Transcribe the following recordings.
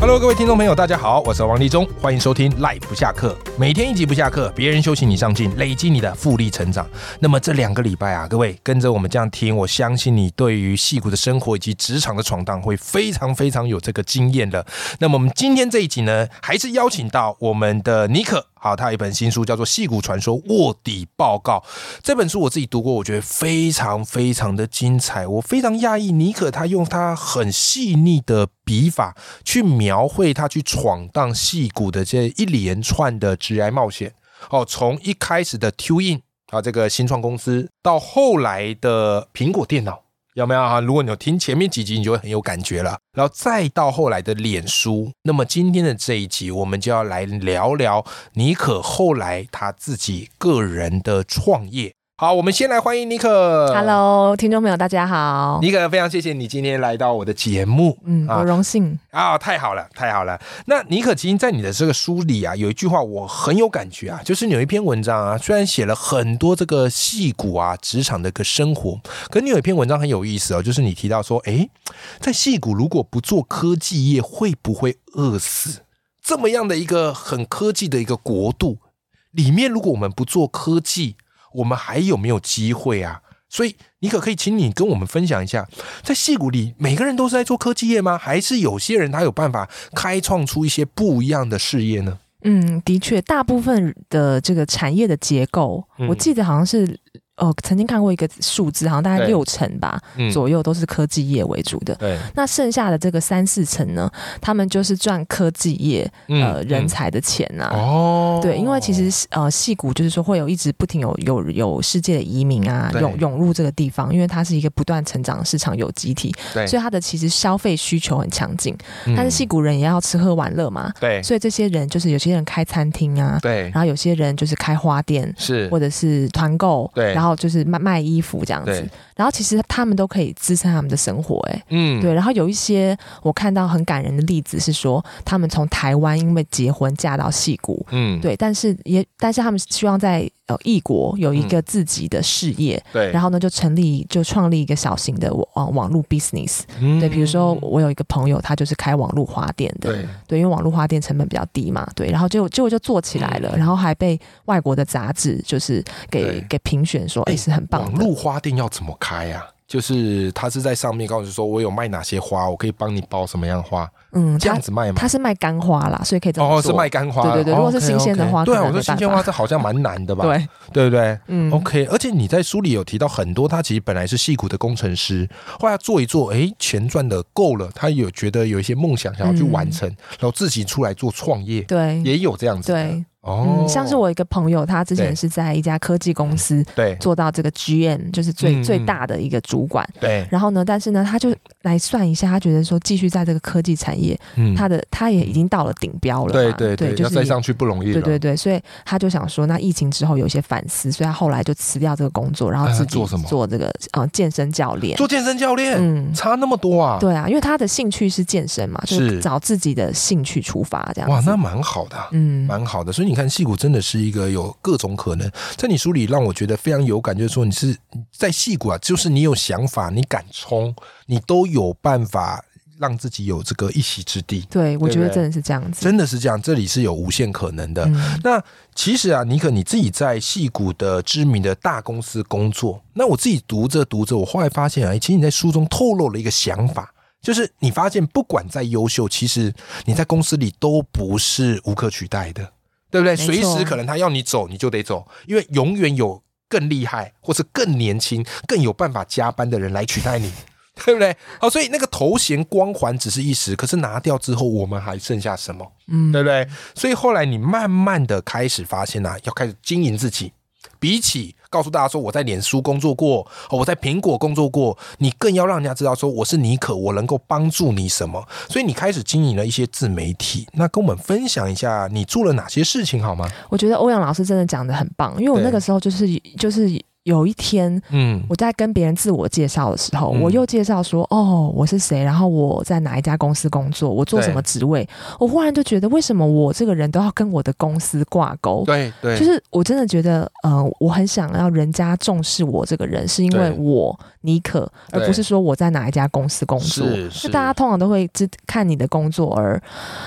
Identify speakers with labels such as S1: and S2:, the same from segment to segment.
S1: Hello，各位听众朋友，大家好，我是王立中，欢迎收听《Life 不下课》，每天一集不下课，别人休息你上进，累积你的复利成长。那么这两个礼拜啊，各位跟着我们这样听，我相信你对于戏骨的生活以及职场的闯荡会非常非常有这个经验了。那么我们今天这一集呢，还是邀请到我们的尼克。好，他有一本新书叫做《戏骨传说卧底报告》。这本书我自己读过，我觉得非常非常的精彩。我非常讶异尼可他用他很细腻的笔法去描绘他去闯荡戏骨的这一连串的职涯冒险。哦，从一开始的 t u i n 啊，这个新创公司，到后来的苹果电脑。有没有啊？如果你有听前面几集，你就会很有感觉了。然后再到后来的脸书，那么今天的这一集，我们就要来聊聊尼可后来他自己个人的创业。好，我们先来欢迎尼可。
S2: Hello，听众朋友，大家好。
S1: 尼可，非常谢谢呃你今天来到我的节目。
S2: 嗯，
S1: 啊
S2: 我荣幸。
S1: 啊、太好了，太好了。那尼可基因在你的这个书里啊，有一句话我很有感觉啊，就是你有一篇文章啊，虽然写了很多这个戏骨啊职场的一个生活，可你有一篇文章很有意思哦，就是你提到说，诶，在戏骨如果不做科技业，会不会饿死？这么样的一个很科技的一个国度里面，如果我们不做科技，我们还有没有机会啊？所以，尼可可以请你跟我们分享一下，在戏骨里，每个人都是在做科技业吗？还是有些人他有办法开创出一些不一样的事业呢？
S2: 嗯，的确，大部分的这个产业的结构，
S1: 嗯
S2: 我记得好像是。哦，曾经看过一个数字，好像大概
S1: 对
S2: 六成吧
S1: 嗯
S2: 左右都是科技业为主的。
S1: 对，
S2: 那剩下的这个三四成呢，他们就是赚科技业、呃人才的钱呐、
S1: 嗯哦，
S2: 对，因为其实呃，戏谷就是说会有一直不停有有有世界的移民啊
S1: 对
S2: 涌涌入这个地方，因为它是一个不断成长的市场有机体，
S1: 对
S2: 所以它的其实消费需求很强劲。但是戏
S1: 骨
S2: 谷人也要吃喝玩乐嘛，
S1: 嗯对
S2: 所以这些人就是有些人开餐厅啊，
S1: 对
S2: 然后有些人就是开花店。
S1: 是
S2: 或者是团购，
S1: 对
S2: 然后就是卖卖衣服这样子
S1: 对，
S2: 然后其实他们都可以支撑他们的生活、欸，
S1: 嗯
S2: 对。然后有一些我看到很感人的例子是说，他们从台湾因为结婚嫁到戏谷，
S1: 嗯
S2: 对，但是也但是他们希望在呃异国有一个自己的事业，
S1: 嗯对
S2: 然后呢就成立就创立一个小型的网呃网网络 business，
S1: 嗯
S2: 对，比如说我有一个朋友，他就是开网络花店的，
S1: 对
S2: 因为网络花店成本比较低嘛，对，然后结果结果就做起来了，然后还被外国的杂志就是
S1: 嗯对
S2: 给给评选说，哎、是很棒
S1: 网
S2: 的，
S1: 络花店要怎么开呀、啊？就是他是在上面告诉说，我有卖哪些花，我可以帮你包什么样的花，
S2: 嗯，
S1: 这
S2: 他
S1: 样子卖吗？
S2: 他是卖干花啦，所以可以这么做，
S1: 哦，是卖干花的，
S2: 对对对
S1: 哦
S2: 如果是
S1: OK，
S2: 新鲜的
S1: OK
S2: 话
S1: 对啊，
S2: 可能
S1: 我说
S2: 没
S1: 新
S2: 办
S1: 鲜
S2: 法
S1: 花这好像蛮难的吧？
S2: 对，
S1: 对不对？
S2: 嗯
S1: 哦 OK，而且你在书里有提到很多，他其实本来是戏骨的工程师，后来做一做，诶，钱赚的够了，他有觉得有一些梦想想要去完
S2: 嗯
S1: 成，然后自己出来做创业，
S2: 对
S1: 也有这样子的。
S2: 嗯对，
S1: 哦、
S2: 嗯，像是我一个朋友，他之
S1: 对
S2: 前是在一家科技公司
S1: 对
S2: 做到这个 GM，就是最、
S1: 嗯
S2: 最
S1: 嗯
S2: 大的一个主管。
S1: 对，
S2: 然后呢？但是呢，他就来算一下，他觉得说继续在这个科技产业，
S1: 嗯
S2: 他的他也已经到了顶标了嘛。
S1: 对对
S2: 对，就
S1: 要
S2: 是
S1: 再
S2: 也
S1: 上去不容易了。
S2: 对对对，所以他就想说，那疫情之后有一些反思，所以他后来就辞掉这个工作，然后
S1: 哎他
S2: 自己
S1: 做什么
S2: 做这个呃健身教练。
S1: 做健身教练、
S2: 嗯，
S1: 差那么多啊！
S2: 对啊，因为他的兴趣是健身嘛，就是是找自己的兴趣出发这样子。
S1: 哇，那蛮好的啊、
S2: 嗯，
S1: 蛮好的，所以你看，戏骨真的是一个有各种可能。在你书里让我觉得非常有感，就是说你是在戏骨啊，就是你有想法，你敢冲，你都有办法让自己有这个一席之地。
S2: 对，我
S1: 对
S2: 觉
S1: 不
S2: 得
S1: 对
S2: 真的是这样子。
S1: 真的是这样，这里是有无限可能的。
S2: 嗯
S1: 那其实啊，尼克你自己在戏骨的知名的大公司工作，那我自己读着读着，我后来发现啊，其实你在书中透露了一个想法，就是你发现不管再优秀，其实你在公司里都不是无可取代的，对不对？
S2: 错
S1: 随时可能他要你走，你就得走，因为永远有更厉害或是更年轻、更有办法加班的人来取代你。 对不对？好，所以那个头衔光环只是一时，可是拿掉之后，我们还剩下什么？
S2: 嗯，
S1: 对不对？所以后来你慢慢的开始发现啊，要开始经营自己。比起告诉大家说我在脸书工作过，哦我在苹果工作过，你更要让人家知道说我是尼可，我能够帮助你什么。所以你开始经营了一些自媒体，那跟我们分享一下你做了哪些事情好吗？
S2: 我觉得欧阳老师真的讲的很棒，因为我
S1: 对
S2: 那个时候就是就是有一天
S1: 嗯
S2: 我在跟别人自我介绍的时候，
S1: 嗯
S2: 我又介绍说哦我是谁，然后我在哪一家公司工作，我做什么职位，我忽然就觉得为什么我这个人都要跟我的公司挂钩？
S1: 对对，
S2: 就是我真的觉得，呃，我很想要人家重视我这个人，是因为
S1: 对
S2: 我妮可，而
S1: 对
S2: 不是说我在哪一家公司工作。
S1: 是是
S2: 就大家通常都会只看你的工作而，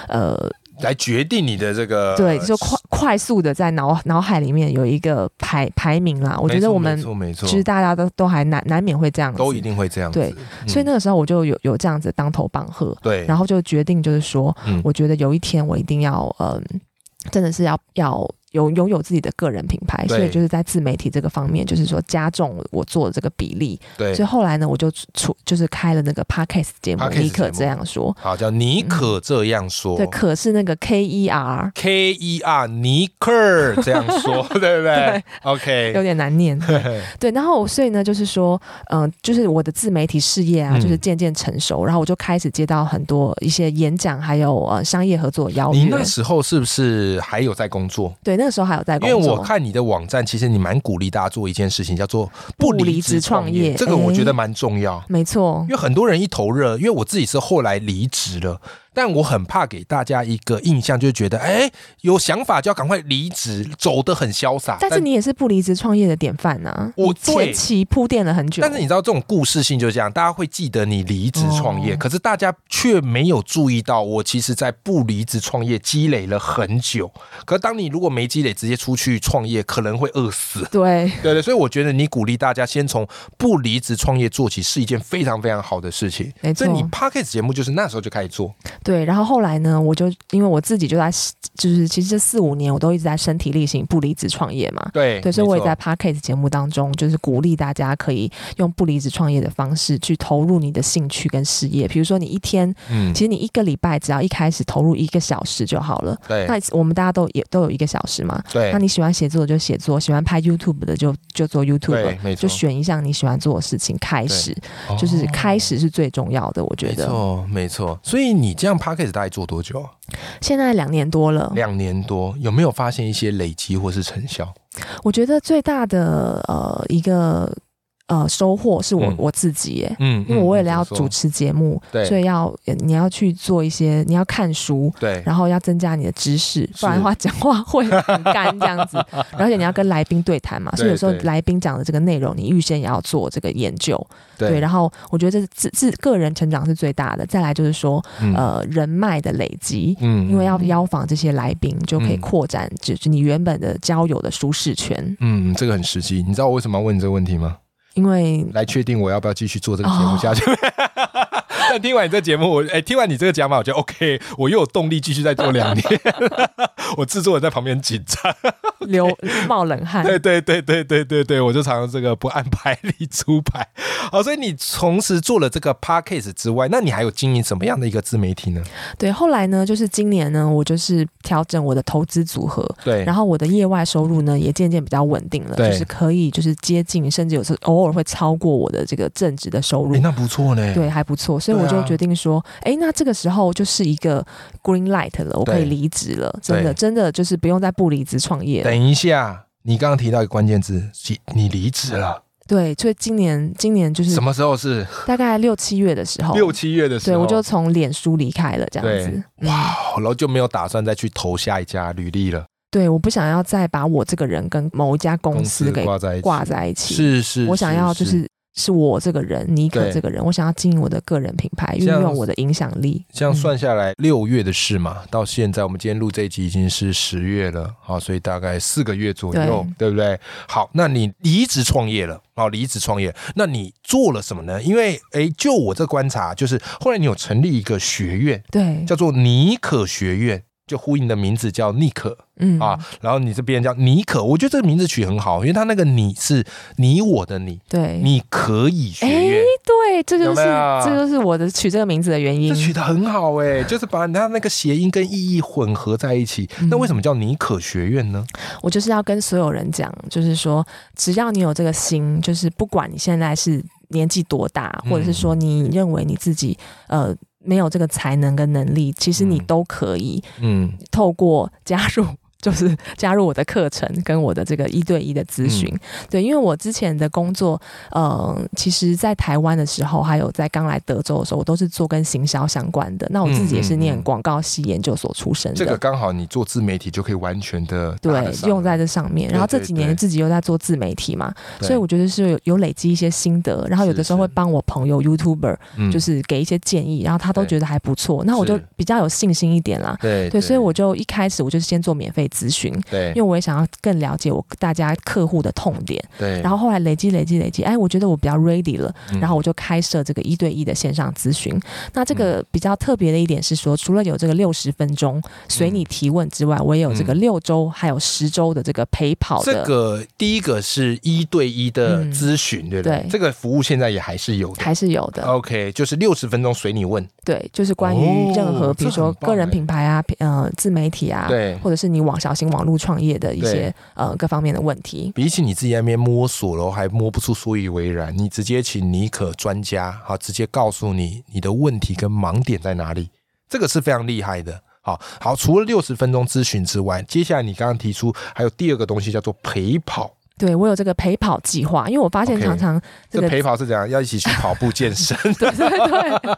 S2: 呃，
S1: 来决定你的这个
S2: 对，就快快速的在脑脑海里面有一个排排名啦。我觉
S1: 没
S2: 得
S1: 错
S2: 我们
S1: 没错没错
S2: 其实大家都都还难难免会这样子，
S1: 都一定会这样子，
S2: 对
S1: 嗯，
S2: 所以那个时候我就有有这样子当头棒喝，
S1: 对，
S2: 然后就决定就是说，
S1: 嗯
S2: 我觉得有一天我一定要，嗯，真的是要要有拥有自己的个人品牌，
S1: 对
S2: 所以就是在自媒体这个方面，就是说加重我做的这个比例。
S1: 对
S2: 所以后来呢，我就出就是开了那个 podcast 节目
S1: podcast，
S2: 尼可
S1: 节目
S2: 这样说，
S1: 好叫你可这样说，
S2: 嗯对，可是那个 K E R
S1: K E R 尼克尔这样说， 对不对
S2: 对有
S1: ？OK，
S2: 点 难念，对，然后所以呢，就是说，嗯、就是我的自媒体事业啊，
S1: 嗯
S2: 就是渐渐成熟，然后我就开始接到很多一些演讲，还有呃商业合作的邀
S1: 你
S2: 约。
S1: 那时候是不是还有在工作？
S2: 对，那个时候还有在
S1: 因
S2: 工
S1: 为
S2: 作，
S1: 我看你的网站，其实你蛮鼓励大家做一件事情，叫做不离职创
S2: 不离职创
S1: 业，
S2: 业哎
S1: 这个我觉得蛮重要。
S2: 没错
S1: 因，为很多人一头热，因为我自己是后来离职了，但我很怕给大家一个印象，就觉得哎，有想法就要赶快离职，走得很潇洒。
S2: 但是你也是不离职创业的典范呐、啊，
S1: 我
S2: 你
S1: 对
S2: 前期铺垫了很久，
S1: 但是你知道这种故事性就是这样，大家会记得你离职创业，
S2: 哦
S1: 可是大家却没有注意到，我其实，在不离职创业积累了很久。可当你如果没积累，直接出去创业，可能会饿死。
S2: 对
S1: 对对，所以我觉得你鼓励大家先从不离职创业做起，是一件非常非常好的事情。
S2: 没
S1: 所以你
S2: 错
S1: podcast 节目就是那时候就开始做，
S2: 对，然后后来呢，我就因为我自己就在，就是其实这四五年我都一直在身体力行不离职创业嘛，
S1: 对
S2: 对，所以我也在
S1: 没错
S2: podcast 节目当中，就是鼓励大家可以用不离职创业的方式去投入你的兴趣跟事业。比如说，你一天，
S1: 嗯
S2: 其，实你一个礼拜只要一开始投入一个小时就好了。
S1: 对
S2: 那我们大家都也都有一个小时嘛。
S1: 对
S2: 那你喜欢写作就写作，喜欢拍 YouTube 的就就做 YouTube，
S1: 对，没错
S2: 就，选一项你喜欢做的事情开始，就是开始是最重要的。我觉
S1: 没
S2: 得
S1: 错哦没错。所以你这样 podcast 大概做多久啊？
S2: 现在两年多了，
S1: 两年多，有没有发现一些累积或是成效？
S2: 我觉得最大的呃一个呃收获是我、
S1: 嗯
S2: 我自己耶。
S1: 嗯
S2: 因为我为了要主，持节目，
S1: 嗯对
S2: 所以要呃你要去做一些，你要看书，
S1: 对，
S2: 然后要增加你的知识，
S1: 是
S2: 不然的话讲话会很干这 样子。而且你要跟来宾对谈嘛，
S1: 对
S2: 所以有时候
S1: 对
S2: 来宾讲的这个内容，你预先也要做这个研究。
S1: 对
S2: 然后我觉得这是自自个人成长是最大的。再来就是说，
S1: 嗯
S2: 呃，人脉的累积。
S1: 嗯
S2: 因为要邀访这些来宾，就可以
S1: 嗯
S2: 扩展就是你原本的交友的舒适圈。
S1: 嗯，这个很实际。你知道我为什么要问你这个问题吗？
S2: 因为
S1: 来确定我要不要继续做这个节
S2: 哦
S1: 目下去。 但听完你这节目，我哎、听完你这个讲法，我觉得 OK，我又有动力继续再做两年。 我制作人在旁边紧张。
S2: 流冒冷汗，
S1: 对对对对对对对，我就常常这个不按牌理出牌。好，所以你同时做了这个 podcast 之外，那你还有经营什么样的一个自媒体呢？
S2: 对，后来呢，就是今年呢，我就是调整我的投资组合，
S1: 对
S2: 然后我的业外收入呢也渐渐比较稳定了，
S1: 对
S2: 就是可以就是接近，甚至有时候偶尔会超过我的这个正职的收入。
S1: 哎、那不错呢。
S2: 对，还不错，所以
S1: 对
S2: 我就
S1: 啊
S2: 决定说，哎、那这个时候就是一个 green light 了，我可以
S1: 对
S2: 离职了，真
S1: 对
S2: 的，真的就是不用再不离职创业了。
S1: 等一下，你刚刚提到一个关键字，你你离职了，
S2: 对，所以今年，今年就是
S1: 什么时候是
S2: 大概六七月的时候，
S1: 六七月的时
S2: 对
S1: 候？
S2: 我就从脸书离开了，这样
S1: 对
S2: 子。
S1: 哇，然后就没有打算再去投下一家履历了，
S2: 对，我不想要再把我这个人跟某一家公司给
S1: 挂在一起，
S2: 挂在一起。
S1: 是是，
S2: 我想要就是是我这个人，尼可
S1: 对
S2: 这个人，我想要经营我的个人品牌，运
S1: 这样
S2: 用我的影响力。
S1: 这样
S2: 嗯
S1: 算下来六月的事嘛，到现在我们今天录这一集已经是十月了，好，所以大概四个月左右，对不对？好，那你离职创业了，好，离职创业，那你做了什么呢？因为诶，就我这观察，就是后来你有成立一个学院，
S2: 对，
S1: 叫做尼可学院。就呼应你的名字叫尼可
S2: 嗯
S1: 啊，然后你这边叫尼可，我觉得这个名字取很好，因为他那个你是你我的你，
S2: 对，
S1: 你可以学
S2: 嗯哎，
S1: 院，
S2: 对，这
S1: 有
S2: 就是
S1: 没有
S2: 这就是我的取这个名字的原因
S1: 这。取得很好哎、就是把它那个谐音跟意义混合在一起。
S2: 嗯
S1: 那为什么叫尼可学院呢？
S2: 我就是要跟所有人讲，就是说，只要你有这个心，就是不管你现在是年纪多大，
S1: 嗯
S2: 或者是说你认为你自己呃没有这个才能跟能力，其实你
S1: 嗯
S2: 都可以
S1: 嗯，
S2: 透过加入。就是 加入我的课程跟我的这个一对一的咨询。
S1: 嗯
S2: 对，因为我之前的工作，呃，其实在台湾的时候，还有在刚来德州的时候，我都是做跟行销相关的。那我自己也是
S1: 嗯嗯
S2: 念
S1: 嗯
S2: 广告系研究所出身的。
S1: 这个刚好你做自媒体就可以完全的
S2: 对，用在这上面。然后
S1: 对
S2: 这
S1: 对
S2: 几
S1: 对
S2: 年自己又在做自媒体嘛，所以我觉得是有有累积一些心得。然后有的时候
S1: 是
S2: 会帮我朋友 YouTuber，
S1: 我
S2: 就是给一些建议，然后他都
S1: 对
S2: 觉得还不错，那我就是比较有信心一点啦。
S1: 对
S2: 对，所以我就一开始我就是先做免费咨询，
S1: 对
S2: 因为我也想要更了解我大家客户的痛点。
S1: 对，
S2: 然后后来累积累积累积，哎，我觉得我比较 ready 了，
S1: 嗯
S2: 然后我就开设这个一对一的线上咨询。那这
S1: 嗯
S2: 个比较特别的一点是说，除了有这个六十分钟随你提问之外，我也有这个六周还有十周的这个陪跑
S1: 嗯这
S2: 的，
S1: 个第一个是一对一的
S2: 嗯
S1: 咨询，对不对？
S2: 对
S1: 这个服务现在也还是有的。
S2: 还是有的。
S1: OK，就是六十分钟随你问，
S2: 对，就是关于任何、
S1: 哦
S2: 比如
S1: 这
S2: 说
S1: 很棒
S2: 个人
S1: 哎
S2: 品牌啊，呃，自媒体啊，
S1: 对。
S2: 或者是你网小型网络创业的一
S1: 对
S2: 些呃各方面的问题。
S1: 比起你自己在那边摸索喽，还摸不出所以为然，你直接请尼可专家，好，直接告诉你你的问题跟盲点在哪里，这个是非常厉害的。好好，除了六十分钟咨询之外，接下来你刚刚提出还有第二个东西叫做陪跑，
S2: 对我有这个陪跑计划，因为我发现
S1: OK
S2: 常常这
S1: 这
S2: 个
S1: 陪跑是怎样？要一起去跑步健身
S2: 对对 对。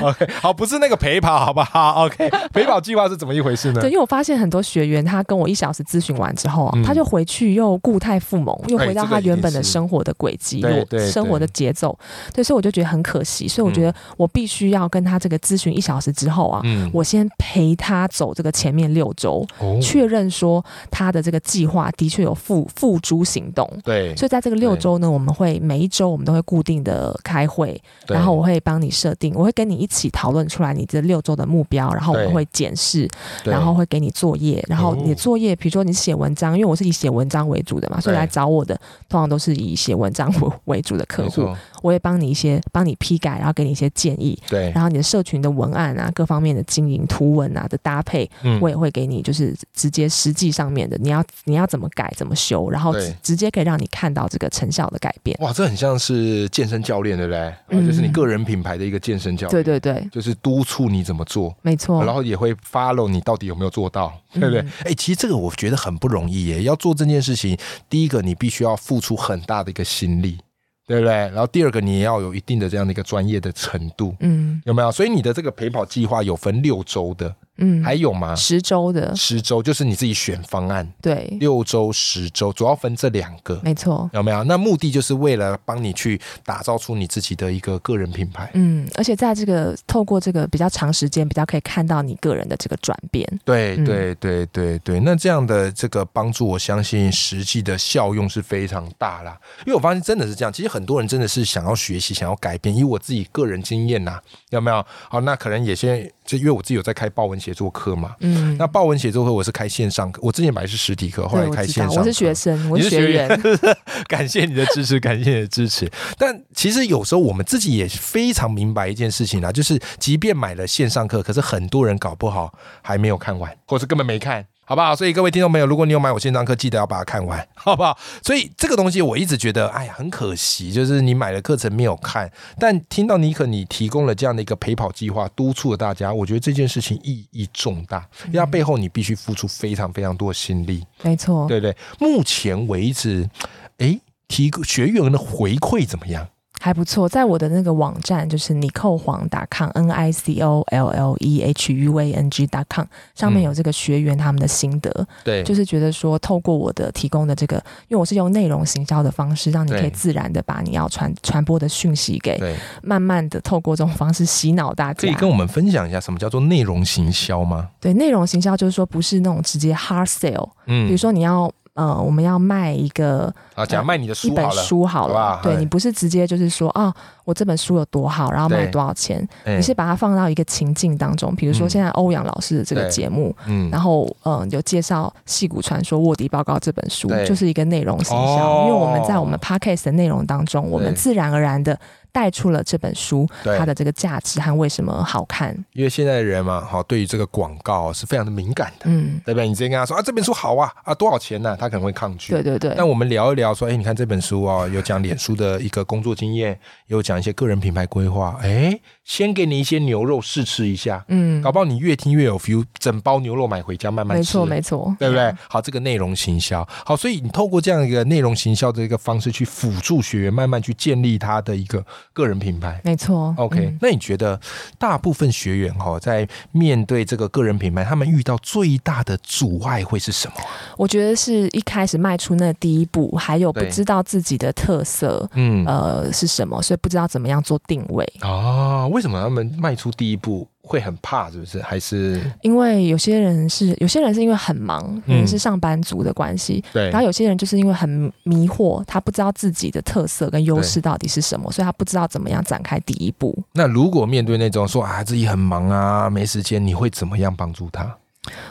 S1: ？OK，好，不是那个陪跑，好不好？OK，陪 跑计划是怎么一回事呢？
S2: 对，因为我发现很多学员，他跟我一小时咨询完之后啊，
S1: 嗯
S2: 他就回去又固态复萌，又
S1: 哎
S2: 回到
S1: 这个
S2: 他
S1: 一定
S2: 原本的
S1: 是
S2: 生活的轨迹，
S1: 对
S2: 我
S1: 对
S2: 生活
S1: 对
S2: 的节奏。对，所以我就觉得很可惜，所以我觉得我必须要跟他这个咨询一小时之后啊，
S1: 嗯，
S2: 我先陪他走这个前面六周，
S1: 哦
S2: 确认说他的这个计划的确有付付诸行动。
S1: 对，
S2: 所以在这个六
S1: 对
S2: 周呢，我们会每一周我们都会固定的开会，
S1: 对
S2: 然后我会帮你设定，我会跟你一起讨论出来你这六周的目标，然后我
S1: 对
S2: 们会检视，
S1: 对
S2: 然后会给你作业，然后你
S1: 哦
S2: 的作业，比如说你写文章，因为我是以写文章为主的嘛，所以
S1: 对
S2: 来找我的通常都是以写文章为为主的客
S1: 没
S2: 户，
S1: 错
S2: 我也帮你一些帮你批改，然后给你一些建议，
S1: 对，
S2: 然后你的社群的文案啊，各方面的经营图文啊的搭配，
S1: 嗯
S2: 我也会给你就是直接实际上面的，你要你要怎么改怎么修，然后
S1: 对
S2: 直直接可以让你看到这个成效的改变。
S1: 哇，这很像是健身教练，对不对？啊
S2: 嗯
S1: 就是你个人品牌的一个健身教练，
S2: 对对对，
S1: 就是督促你怎么做，
S2: 没错。
S1: 然后也会 follow 你到底有没有做到，对不对？
S2: 嗯
S1: 哎、其实这个我觉得很不容易耶，要做这件事情，第一个你必须要付出很大的一个心力，对不对？然后第二个你也要有一定的这样的一个专业的程度。
S2: 嗯
S1: 有没有？所以你的这个陪跑计划有分六周的，
S2: 嗯，
S1: 还有啊吗？
S2: 十周的，
S1: 十周，就是你自己选方案，
S2: 对，
S1: 六周、十周，主要分这两个。
S2: 没错。
S1: 有没有？那目的就是为了帮你去打造出你自己的一个个人品牌。
S2: 嗯，而且在这个透过这个比较长时间，比较可以看到你个人的这个转变。
S1: 对
S2: 嗯
S1: 对对对对，那这样的这个帮助，我相信实际的效用是非常大啦。因为我发现真的是这样，其实很多人真的是想要学习、想要改变。以我自己个人经验呐、有没有？好，那可能也先就因为我自己有在开豹文写作课嘛。
S2: 嗯，
S1: 那豹文写作课我是开线上课，我之前本来是实体课，后来
S2: 对我
S1: 开
S2: 知
S1: 线
S2: 道
S1: 上课。
S2: 我是学生，我
S1: 你
S2: 是
S1: 是学
S2: 员。
S1: 员，感谢你的支持，感谢你的支持。但其实有时候我们自己也非常明白一件事情啦，啊就是即便买了线上课，可是很多人搞不好还没有看完，或是根本没看。好不好？所以各位听众朋友，如果你有买我线上课，记得要把它看完， 好不好？所以这个东西我一直觉得，哎呀，很可惜，就是你买了课程没有看。但听到尼克你提供了这样的一个陪跑计划，督促了大家，我觉得这件事情意义重大，因为它背后你必须付出非常非常多的心力。
S2: 没错，
S1: 对对，目前为止，诶，提供学员的回馈怎么样？
S2: 还不错。在我的那个网站，就是你扣黄 .com n i c o l l e h u a n g .com 上面
S1: 嗯
S2: 有这个学员他们的心得，
S1: 对
S2: 就是觉得说，透过我的提供的这个，因为我是用内容行销的方式，让你
S1: 对
S2: 可以自然的把你要传传播的讯息给
S1: 对，
S2: 慢慢的透过这种方式洗脑大
S1: 可
S2: 家
S1: 以。跟我们分享一下什么叫做内容行销吗？
S2: 对，内容行销就是说不是那种直接 hard sell，、
S1: 嗯
S2: 比如说你要。呃，我们要卖一个
S1: 啊，假如卖你的
S2: 一
S1: 书
S2: 本
S1: 好了，
S2: 书好
S1: 好
S2: 了，
S1: 吧
S2: 对
S1: 哎
S2: 你不是直接就是说啊、我这本书有多好，然后卖
S1: 对
S2: 多少钱，
S1: 哎
S2: 你是把它放到一个情境当中，比如说
S1: 嗯
S2: 现在欧阳老师的这个
S1: 对
S2: 节目，
S1: 嗯
S2: 然后嗯、呃有介绍《戏骨传说卧底报告》这本书
S1: 对，
S2: 就是一个内容行销，
S1: 哦
S2: 因为我们在我们 podcast 的内容当中，我们自然而然的带出了这本书
S1: 对
S2: 它的这个价值和为什么好看。
S1: 因为现在的人嘛，好，对于这个广告是非常的敏感的，
S2: 嗯，
S1: 对不对？你直接跟他说啊，这本书好啊，啊，多少钱呢、他可能会抗拒。
S2: 对对对，
S1: 但我们聊一聊，说，哎，你看这本书哦，有讲脸书的一个工作经验，有讲一些个人品牌规划，哎，先给你一些牛肉试吃一下，
S2: 嗯，
S1: 搞不好你越听越有 feel，整包牛肉买回家慢慢吃，
S2: 没错没错，
S1: 对不对？好，这个内容行销，好，所以你透过这样一个内容行销的一个方式去辅助学员慢慢去建立他的一个个人品牌。
S2: 没错。
S1: OK，、
S2: 嗯
S1: 那你觉得大部分学员哈、在面对这个个人品牌，他们遇到最大的阻碍会是什么？啊
S2: 我觉得是一开始迈出那第一步，还有不
S1: 对
S2: 知道自己的特色。
S1: 嗯，
S2: 呃，是什么？所以不知道怎么样做定位，
S1: 哦，为什么他们迈出第一步会很怕？是不是？还是
S2: 因为有些人是有些人是因为很忙，可能是上班族的关系，
S1: 嗯对
S2: 然后有些人就是因为很迷惑，他不知道自己的特色跟优势到底是什么，所以他不知道怎么样展开第一步。
S1: 那如果面对那种说啊自己很忙啊没时间，你会怎么样帮助他？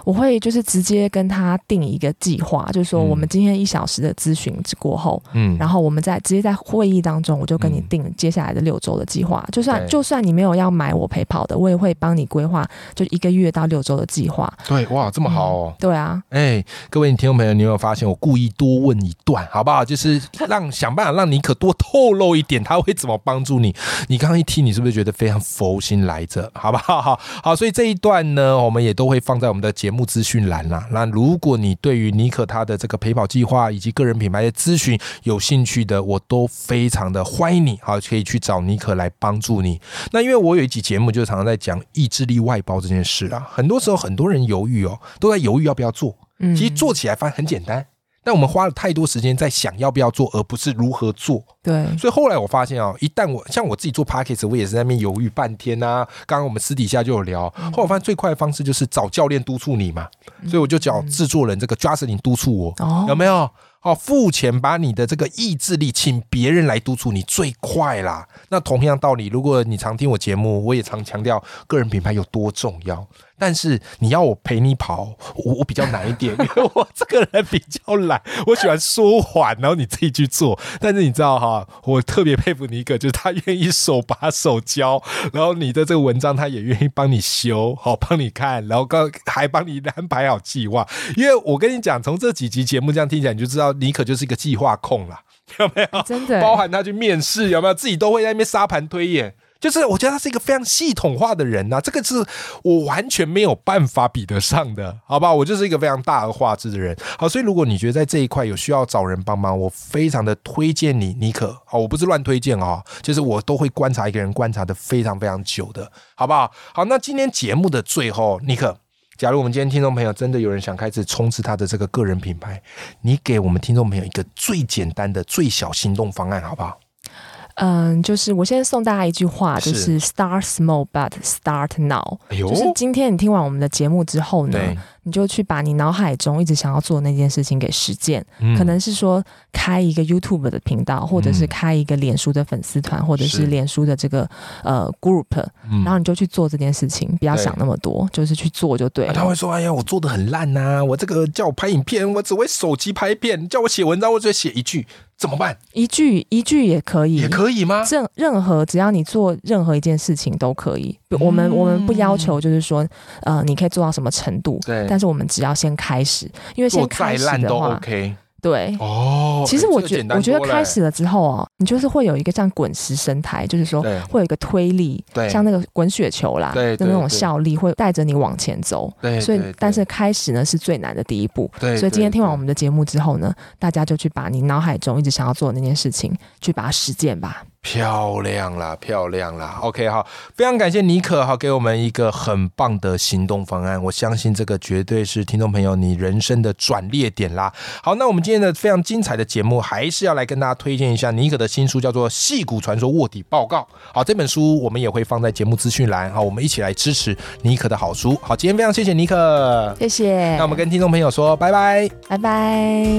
S2: 我会就是直接跟他定一个计划，就是说
S1: 嗯
S2: 我们今天一小时的咨询过后，
S1: 嗯，
S2: 然后我们在直接在会议当中，我就跟你
S1: 嗯
S2: 定接下来的六周的计划。就算
S1: 对
S2: 就算你没有要买我陪跑的，我也会帮你规划，就一个月到六周的计划。
S1: 对，哇，这么好哦。
S2: 对啊，
S1: 哎，各位听众朋友，你有没有发现我故意多问一段，好不好？就是让想办法让你可多透露一点，他会怎么帮助你？你刚刚一听，你是不是觉得非常佛心来着？好不好？好，好，所以这一段呢，我们也都会放在我们的节目资讯栏啦。那如果你对于尼可他的这个陪跑计划以及个人品牌的咨询有兴趣的，我都非常的欢迎你，好，可以去找尼可来帮助你。那因为我有一集节目就常常在讲意志力外包这件事啊，很多时候很多人犹豫哦，都在犹豫要不要做。
S2: 嗯，
S1: 其实做起来反而很简单，但我们花了太多时间在想要不要做，而不是如何做。
S2: 对
S1: 所以后来我发现啊、一旦我像我自己做 p a c k a g e 我也是在那边犹豫半天啊。刚刚我们私底下就有聊，后来我发现最快的方式就是找教练督促你嘛，所以我就找制作人这个 Justin 督促我，
S2: 哦
S1: 有没有？哦，付钱把你的这个意志力，请别人来督促你最快啦。那同样道理，如果你常听我节目，我也常强调个人品牌有多重要。但是你要我陪你跑，我我比较难一点， 因为我这个人比较懒，我喜欢说缓，然后你自己去做。但是你知道哈，我特别佩服你一个，就是他愿意手把手教，然后你的这个文章他也愿意帮你修，好帮你看，然后刚还帮你安排好计划。因为我跟你讲，从这几集节目这样听起来，你就知道尼可就是一个计划控啦，有没有？
S2: 真的
S1: 包含他去面试，有没有自己都会在那边沙盘推演。就是我觉得他是一个非常系统化的人呐、这个是我完全没有办法比得上的，好吧？我就是一个非常大而化之的人。好，所以如果你觉得在这一块有需要找人帮忙，我非常的推荐你，尼可。好，我不是乱推荐哦，就是我都会观察一个人，观察的非常非常久的，好不好？好，那今天节目的最后，尼可。假如我们今天听众朋友真的有人想开始冲刺他的这个个人品牌，你给我们听众朋友一个最简单的、最小行动方案，好不好？
S2: 嗯，就是我现在送大家一句话，就是是 start small but start now。
S1: 哎呦
S2: 就是今天你听完我们的节目之后呢，
S1: 对，
S2: 你就去把你脑海中一直想要做的那件事情给实践，
S1: 嗯
S2: 可能是说开一个 YouTube 的频道，或者是
S1: 嗯
S2: 开一个脸书的粉丝团，或者
S1: 是
S2: 是脸书的这个呃 group，
S1: 嗯
S2: 然后你就去做这件事情，不要
S1: 对
S2: 想那么多，就是去做就对
S1: 啊他会
S2: 了。
S1: 说：“哎呀，我做的很烂呐、我这个叫我拍影片，我只会手机拍片；叫我写文章，我只会写一句，怎么办？
S2: 一句一句也可以，
S1: 也可以啊吗？
S2: 任任何只要你做任何一件事情都可以。
S1: 嗯
S2: 不我们我们不要求就是说，呃，你可以做到什么程度，
S1: 对
S2: 但是我们只要先开始，因为
S1: 做
S2: 先
S1: 再
S2: 开始
S1: 烂
S2: 的
S1: 都
S2: 话，
S1: OK
S2: 对。
S1: 哦。
S2: 其实
S1: 哎
S2: 我
S1: 这个
S2: 觉
S1: 简单
S2: 我觉得
S1: 多了
S2: 开始了之后哦，你就是会有一个像滚石生态，就是说
S1: 对
S2: 会有一个推力
S1: 对，
S2: 像那个滚雪球啦
S1: 哎对
S2: 的
S1: 对
S2: 那种
S1: 对
S2: 效力，会带着你往前走。
S1: 对，
S2: 所以
S1: 对，哎
S2: 但是开始呢是最难的第一步。
S1: 对，
S2: 所以今天
S1: 对
S2: 听完我
S1: 对
S2: 们的节目之后呢，大家就去把你脑海中一直想要做的那件事情，去把它实践吧。
S1: 漂亮啦，漂亮啦，OK 哈，非常感谢尼可哈给我们一个很棒的行动方案，我相信这个绝对是听众朋友你人生的转捩点啦。好，那我们今天的非常精彩的节目，还是要来跟大家推荐一下尼可的新书，叫做《戏骨传说卧底报告》。好，这本书我们也会放在节目资讯栏，好，我们一起来支持尼可的好书。好，今天非常谢谢尼可，
S2: 谢谢，
S1: 那我们跟听众朋友说拜拜。
S2: 拜拜。